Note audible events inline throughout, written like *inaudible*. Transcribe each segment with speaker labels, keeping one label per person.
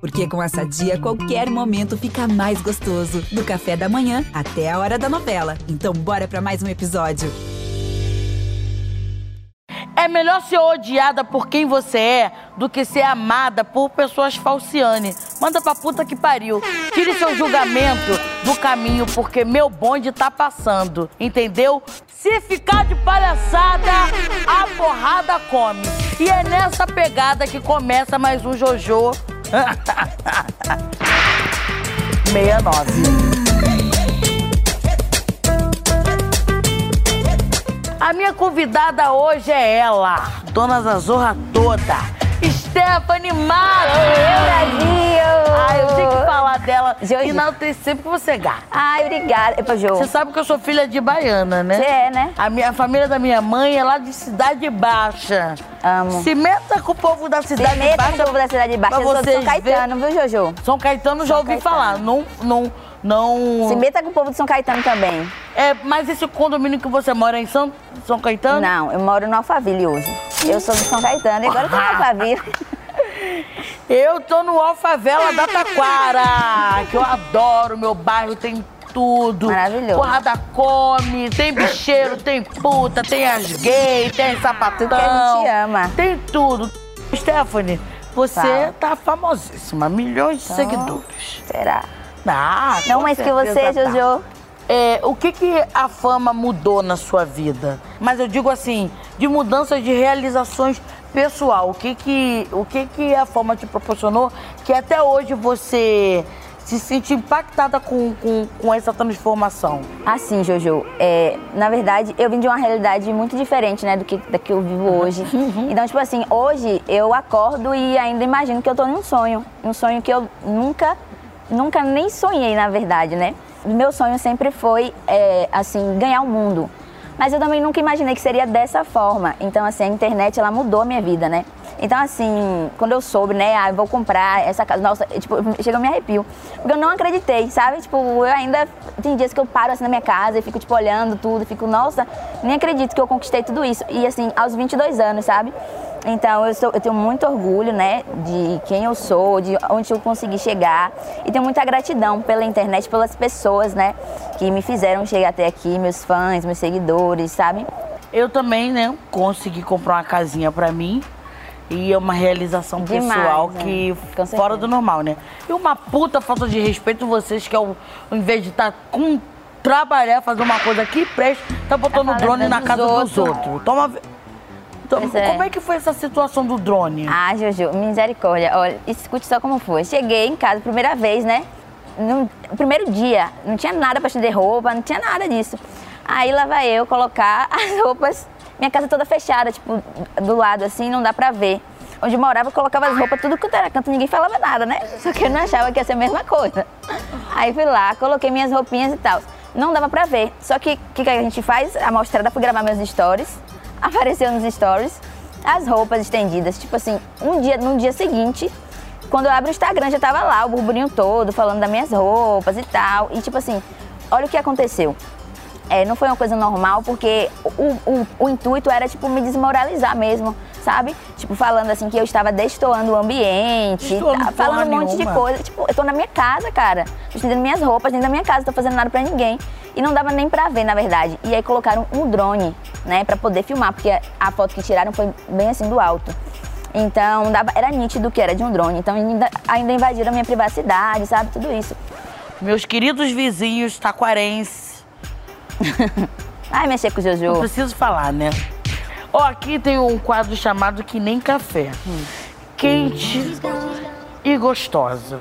Speaker 1: Porque com essa dia, qualquer momento fica mais gostoso. Do café da manhã até a hora da novela. Então, bora pra mais um episódio.
Speaker 2: É melhor ser odiada por quem você é do que ser amada por pessoas falciane. Manda pra puta que pariu. Tire seu julgamento do caminho, porque meu bonde tá passando. Entendeu? Se ficar de palhaçada, a porrada come. E é nessa pegada que começa mais um JoJo *laughs* 69. A minha convidada hoje é ela, Dona Zazorra toda, Stephanie Mato.
Speaker 3: Brasil!
Speaker 2: Ai, eu tenho que falar dela.
Speaker 3: Jojo.
Speaker 2: E não tem sempre que você é gata.
Speaker 3: Ai, obrigada. Epa, Jô.
Speaker 2: Você sabe que eu sou filha de baiana, né?
Speaker 3: Você é, né?
Speaker 2: A, minha, a família da minha mãe é lá de Cidade Baixa.
Speaker 3: Amo.
Speaker 2: Se meta com o povo da Cidade
Speaker 3: Pimenta
Speaker 2: Baixa.
Speaker 3: do povo da Cidade Baixa.
Speaker 2: pra
Speaker 3: Eu sou de São
Speaker 2: vocês verem-
Speaker 3: Caetano, viu, Jojo?
Speaker 2: São Caetano já
Speaker 3: São
Speaker 2: ouvi
Speaker 3: Caetano.
Speaker 2: falar. Não, não, não.
Speaker 3: Se meta com o povo de São Caetano também.
Speaker 2: É, mas esse condomínio que você mora é em São, São Caetano?
Speaker 3: Não, eu moro no Alphaville hoje. Eu sou de São Caetano e agora eu tô no
Speaker 2: *laughs*
Speaker 3: Alphaville. *laughs*
Speaker 2: Eu tô no Alfavela da
Speaker 3: *laughs*
Speaker 2: Taquara, que eu adoro, meu bairro tem tudo.
Speaker 3: Maravilhoso.
Speaker 2: Porrada come, tem bicheiro, tem puta, tem as gay, tem sapatão.
Speaker 3: Tudo que a gente ama.
Speaker 2: Tem tudo. Stephanie, você
Speaker 3: Fala.
Speaker 2: tá famosíssima, milhões de seguidores.
Speaker 3: Será?
Speaker 2: Ah,
Speaker 3: Não
Speaker 2: com
Speaker 3: mais que
Speaker 2: certeza
Speaker 3: você,
Speaker 2: tá.
Speaker 3: Jojo.
Speaker 2: É, o que, que a fama mudou na sua vida? Mas eu digo assim, de mudanças de realizações pessoal. O que que, o que, que a fama te proporcionou que até hoje você se sente impactada com, com, com essa transformação?
Speaker 3: Assim, Jojo, é, na verdade, eu vim de uma realidade muito diferente, né, do que, da que eu vivo
Speaker 2: *laughs*
Speaker 3: hoje. Então, tipo assim, hoje eu acordo e ainda imagino que eu tô num sonho. Um sonho que eu nunca, nunca nem sonhei, na verdade, né? Meu sonho sempre foi, é, assim, ganhar o mundo. Mas eu também nunca imaginei que seria dessa forma. Então, assim, a internet, ela mudou a minha vida, né? Então, assim, quando eu soube, né, ah, eu vou comprar essa casa, nossa, eh, tipo, *laughs* chega, eu me arrepio. Porque eu não acreditei, sabe? Tipo, eu ainda, tem dias que eu paro assim na minha casa e fico, tipo, olhando tudo, e fico, nossa, nem acredito que eu conquistei tudo isso. E, assim, aos 22 anos, sabe? Então, eu, sou, eu tenho muito orgulho, né, de quem eu sou, de onde eu consegui chegar. E tenho muita gratidão pela internet, pelas pessoas, né, que me fizeram chegar até aqui, meus fãs, meus seguidores, sabe?
Speaker 2: Eu também, né, consegui comprar uma casinha pra mim. E é uma realização
Speaker 3: Demais,
Speaker 2: pessoal
Speaker 3: né?
Speaker 2: que fora
Speaker 3: Com certeza.
Speaker 2: do normal, né? E uma puta falta de respeito vocês que é ao ao invés de estar com trabalhar, fazer uma coisa que preste, tá botando o
Speaker 3: É falando
Speaker 2: drone na
Speaker 3: dos
Speaker 2: casa dos
Speaker 3: outros.
Speaker 2: outros. Toma ve- Toma-
Speaker 3: Pois é.
Speaker 2: Como é que foi essa situação do drone?
Speaker 3: Ah, Juju, misericórdia. Olha, escute só como foi. Cheguei em casa, primeira vez, né? No primeiro dia, não tinha nada pra estender roupa, não tinha nada disso. Aí lá vai eu colocar *laughs* as roupas, minha casa toda fechada, tipo, do lado assim, não dá pra ver. Onde eu morava, eu colocava as roupas tudo quanto era canto, ninguém falava nada, né? Só que eu não achava que ia ser a mesma coisa. Aí fui lá, coloquei minhas roupinhas e tal. Não dava pra ver. Só que o que, que a gente faz? A mostrada foi gravar meus stories apareceu nos stories as roupas estendidas. Tipo assim, um dia, no dia seguinte, quando eu abro o Instagram, já tava lá o burburinho todo, falando das minhas roupas e tal. E tipo assim, olha o que aconteceu. É, não foi uma coisa normal, porque o, o- o intuito era, tipo, me desmoralizar mesmo, sabe? Tipo, falando assim que eu estava destoando o ambiente,
Speaker 2: Destoando
Speaker 3: tá-
Speaker 2: porra
Speaker 3: falando um monte de
Speaker 2: nenhuma.
Speaker 3: coisa. Tipo, eu tô na minha casa, cara. Tô estendendo minhas roupas dentro da minha casa, tô fazendo nada pra ninguém. E não dava nem pra ver, na verdade. E aí colocaram um drone, né, pra poder filmar, porque a foto que tiraram foi bem assim do alto. Então, dava, era nítido que era de um drone. Então, ainda, ainda invadiram a minha privacidade, sabe? Tudo isso.
Speaker 2: Meus queridos vizinhos taquarenses,
Speaker 3: Ai, mexer com o *laughs*
Speaker 2: não
Speaker 3: Jojo.
Speaker 2: preciso falar, né? Ó, aqui tem um quadro chamado Que Nem Café.
Speaker 3: Hum.
Speaker 2: Quente e gostosa.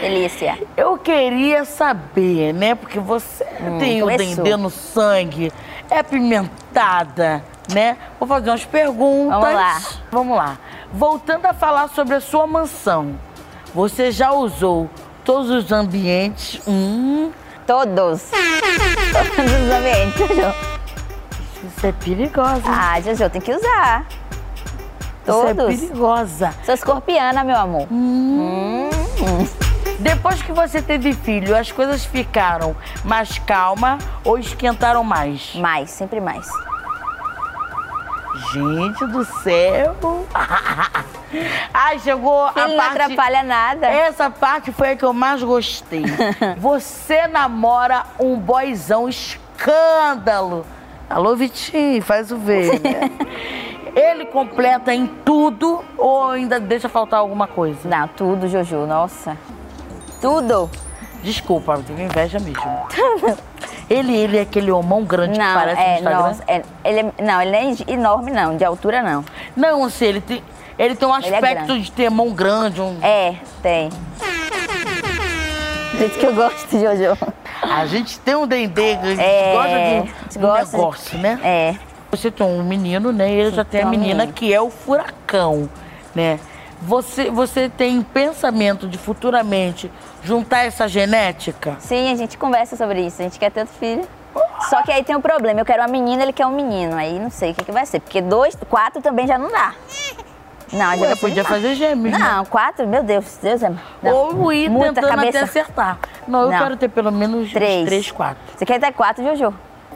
Speaker 3: Delícia.
Speaker 2: Eu queria saber, né? Porque você tem o
Speaker 3: Hum, começou.
Speaker 2: dendê no sangue, é pimentada, né? Vou fazer umas perguntas.
Speaker 3: Vamos lá.
Speaker 2: Vamos lá. Voltando a falar sobre a sua mansão, você já usou todos os ambientes? Hum,
Speaker 3: Todos. Todos os ambientes, Jojo.
Speaker 2: isso é perigosa. hein?
Speaker 3: Ah, Jojo, tem que usar.
Speaker 2: Isso é Hum.
Speaker 3: Todos.
Speaker 2: perigosa.
Speaker 3: Sou escorpiana, meu amor.
Speaker 2: Depois que você teve filho, as coisas ficaram mais calma ou esquentaram mais?
Speaker 3: Mais, sempre mais.
Speaker 2: *laughs* Gente do céu! Ai, Ah, chegou a
Speaker 3: Filho, não
Speaker 2: parte...
Speaker 3: atrapalha nada.
Speaker 2: Essa parte foi a que eu mais
Speaker 3: *laughs*
Speaker 2: gostei. Você namora um boyzão escândalo. Alô, Vitinho, faz o ver. né?
Speaker 3: *laughs*
Speaker 2: Ele completa em tudo ou ainda deixa faltar alguma coisa?
Speaker 3: Não, tudo, Jojo, nossa. Tudo.
Speaker 2: Desculpa, eu tenho inveja
Speaker 3: *laughs*
Speaker 2: mesmo. Ele, ele é aquele homão grande que
Speaker 3: Tá Não,
Speaker 2: parece no
Speaker 3: é,
Speaker 2: Instagram?
Speaker 3: nossa, é, ele é- não, ele não é enorme, não, de altura não.
Speaker 2: Não, assim, ele tem, ele tem um
Speaker 3: Ele é
Speaker 2: aspecto
Speaker 3: grande.
Speaker 2: de ter mão grande. Um...
Speaker 3: É, tem. Por isso que eu gosto, Jojo.
Speaker 2: A gente tem um dendê, a gente
Speaker 3: É,
Speaker 2: gosta de um
Speaker 3: gosta de-
Speaker 2: negócio, né?
Speaker 3: É.
Speaker 2: Você tem um menino, né? E ele já tem a
Speaker 3: Tem um
Speaker 2: menina
Speaker 3: menino.
Speaker 2: que é o furacão, né? Você, você tem pensamento de futuramente juntar essa genética?
Speaker 3: Sim, a gente conversa sobre isso, a gente quer tanto filho. Só que aí tem um problema, eu quero uma menina, ele quer um menino. Aí não sei o que, que vai ser, porque dois, quatro também já não dá. Não, já
Speaker 2: Ué,
Speaker 3: não
Speaker 2: podia
Speaker 3: dá.
Speaker 2: fazer gêmeos, né?
Speaker 3: Não, quatro, meu Deus, Deus é. não.
Speaker 2: Ou ir
Speaker 3: Muita
Speaker 2: tentando
Speaker 3: cabeça.
Speaker 2: até acertar. Não, eu
Speaker 3: Não.
Speaker 2: quero ter pelo menos uns
Speaker 3: Três.
Speaker 2: três, quatro.
Speaker 3: Você quer até quatro, Jojo?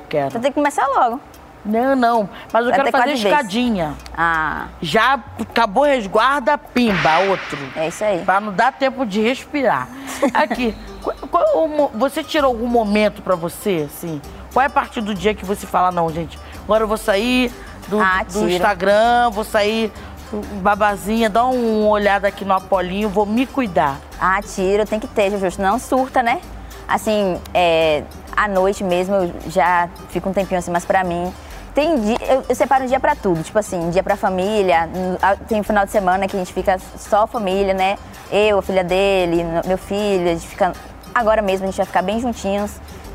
Speaker 2: Quero.
Speaker 3: Então tem que começar logo.
Speaker 2: Não, não. Mas eu
Speaker 3: Até
Speaker 2: quero fazer
Speaker 3: quatro vezes.
Speaker 2: escadinha.
Speaker 3: Ah,
Speaker 2: Já acabou o resguarda, pimba, outro.
Speaker 3: é isso aí.
Speaker 2: Pra não dar tempo de respirar. Aqui, qual- qual o mo- você tirou algum momento pra você, assim? Qual é a partir do dia que você fala, não, gente, agora eu vou sair do,
Speaker 3: Ah,
Speaker 2: do
Speaker 3: tiro.
Speaker 2: Instagram, vou sair hum, babazinha, dá uma olhada aqui no Apolinho, vou me cuidar.
Speaker 3: Ah, tiro, tem que ter, Jojo, senão surta, né? Assim, é, à noite mesmo eu já fico um tempinho assim, mas pra mim. Tem dia, eu, eu separo um dia pra tudo, tipo assim, dia pra família, n- a- tem um final de semana que a gente fica só família, né? Eu, a filha dele, n- meu filho, a gente fica. Agora mesmo a gente vai ficar bem juntinhos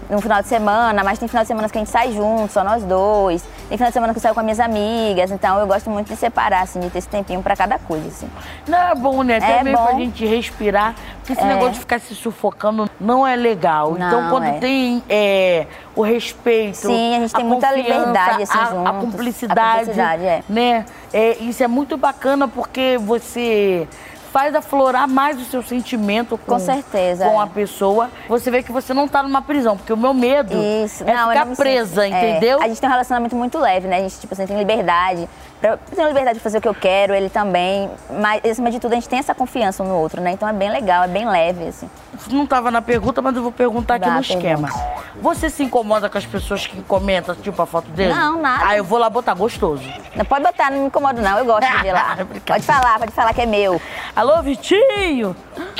Speaker 3: no final de semana, mas tem final de semana que a gente sai junto, só nós dois. Tem final de semana que eu saio com as minhas amigas, então eu gosto muito de separar, assim, de ter esse tempinho pra cada coisa, assim.
Speaker 2: Não é bom, né? Até
Speaker 3: É
Speaker 2: meio pra
Speaker 3: bom.
Speaker 2: gente respirar, porque esse
Speaker 3: É.
Speaker 2: negócio de ficar se sufocando não é legal. então,
Speaker 3: Não,
Speaker 2: quando
Speaker 3: é.
Speaker 2: tem é, o respeito,
Speaker 3: Sim, a gente tem muita
Speaker 2: confiança,
Speaker 3: liberdade, assim,
Speaker 2: a, a
Speaker 3: juntos.
Speaker 2: cumplicidade,
Speaker 3: A cumplicidade, é.
Speaker 2: né? É, isso é muito bacana porque você faz aflorar mais o seu sentimento com,
Speaker 3: Com certeza,
Speaker 2: com
Speaker 3: é.
Speaker 2: a pessoa. Você vê que você não tá numa prisão, porque o meu medo
Speaker 3: Isso,
Speaker 2: é
Speaker 3: não, eu
Speaker 2: ficar
Speaker 3: não me
Speaker 2: presa,
Speaker 3: sinto- é,
Speaker 2: entendeu?
Speaker 3: a gente tem um relacionamento muito leve, né? A gente, tipo assim, tem liberdade. Pra, tem liberdade de fazer o que eu quero, ele também. Mas, acima de tudo, a gente tem essa confiança um no outro, né? Então é bem legal, é bem leve, assim.
Speaker 2: Não estava na pergunta, mas eu vou perguntar aqui
Speaker 3: Dá,
Speaker 2: no esquema. Você se incomoda com as pessoas que comentam, tipo, a foto dele?
Speaker 3: Não, nada.
Speaker 2: Ah, eu vou lá botar gostoso.
Speaker 3: Não pode botar, não me incomodo, não. Eu gosto de
Speaker 2: *laughs*
Speaker 3: ver lá.
Speaker 2: Brincadeira.
Speaker 3: pode falar, pode falar que é meu.
Speaker 2: Alô, Vitinho!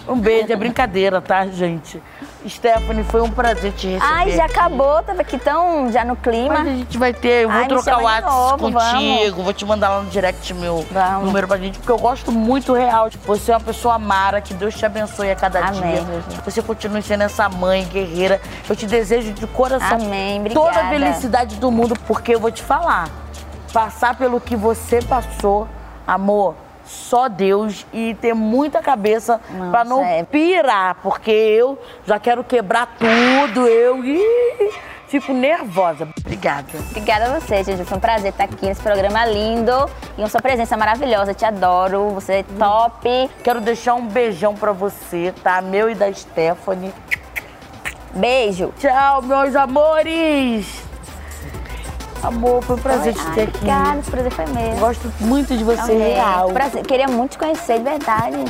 Speaker 2: Um beijo, é brincadeira, tá, gente? Stephanie, foi um prazer te receber.
Speaker 3: Ai, já acabou, tava aqui tão já no clima.
Speaker 2: Mas a gente vai ter, eu vou
Speaker 3: Ai, me
Speaker 2: trocar
Speaker 3: chama
Speaker 2: o
Speaker 3: de
Speaker 2: WhatsApp
Speaker 3: novo,
Speaker 2: contigo, vou te mandar lá no direct meu
Speaker 3: Vamos.
Speaker 2: número pra gente, porque eu gosto muito real. Tipo, você é uma pessoa amara, que Deus te abençoe a cada
Speaker 3: Amém,
Speaker 2: dia.
Speaker 3: Jesus.
Speaker 2: Você continue sendo essa mãe guerreira. Eu te desejo de coração
Speaker 3: Amém,
Speaker 2: toda a
Speaker 3: obrigada.
Speaker 2: felicidade do mundo, porque eu vou te falar, passar pelo que você passou, amor. Só Deus e ter muita cabeça
Speaker 3: Nossa,
Speaker 2: pra não
Speaker 3: é.
Speaker 2: pirar, porque eu já quero quebrar tudo, eu Ih, fico nervosa. Obrigada.
Speaker 3: Obrigada a você, Juju. Foi um prazer estar aqui nesse programa lindo. E a sua presença maravilhosa. Te adoro. Você é top.
Speaker 2: Quero deixar um beijão pra você, tá? Meu e da Stephanie.
Speaker 3: Beijo.
Speaker 2: Tchau, meus amores! Amor, foi um prazer te
Speaker 3: Ai,
Speaker 2: ter aqui.
Speaker 3: Obrigada, esse prazer foi meu.
Speaker 2: Gosto muito de você,
Speaker 3: Amei.
Speaker 2: real.
Speaker 3: Prazer. Queria muito te conhecer, de verdade.